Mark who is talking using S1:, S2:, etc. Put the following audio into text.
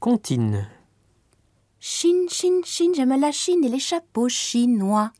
S1: Contine.
S2: Chine, Chine, Chine, j'aime la Chine et les chapeaux chinois.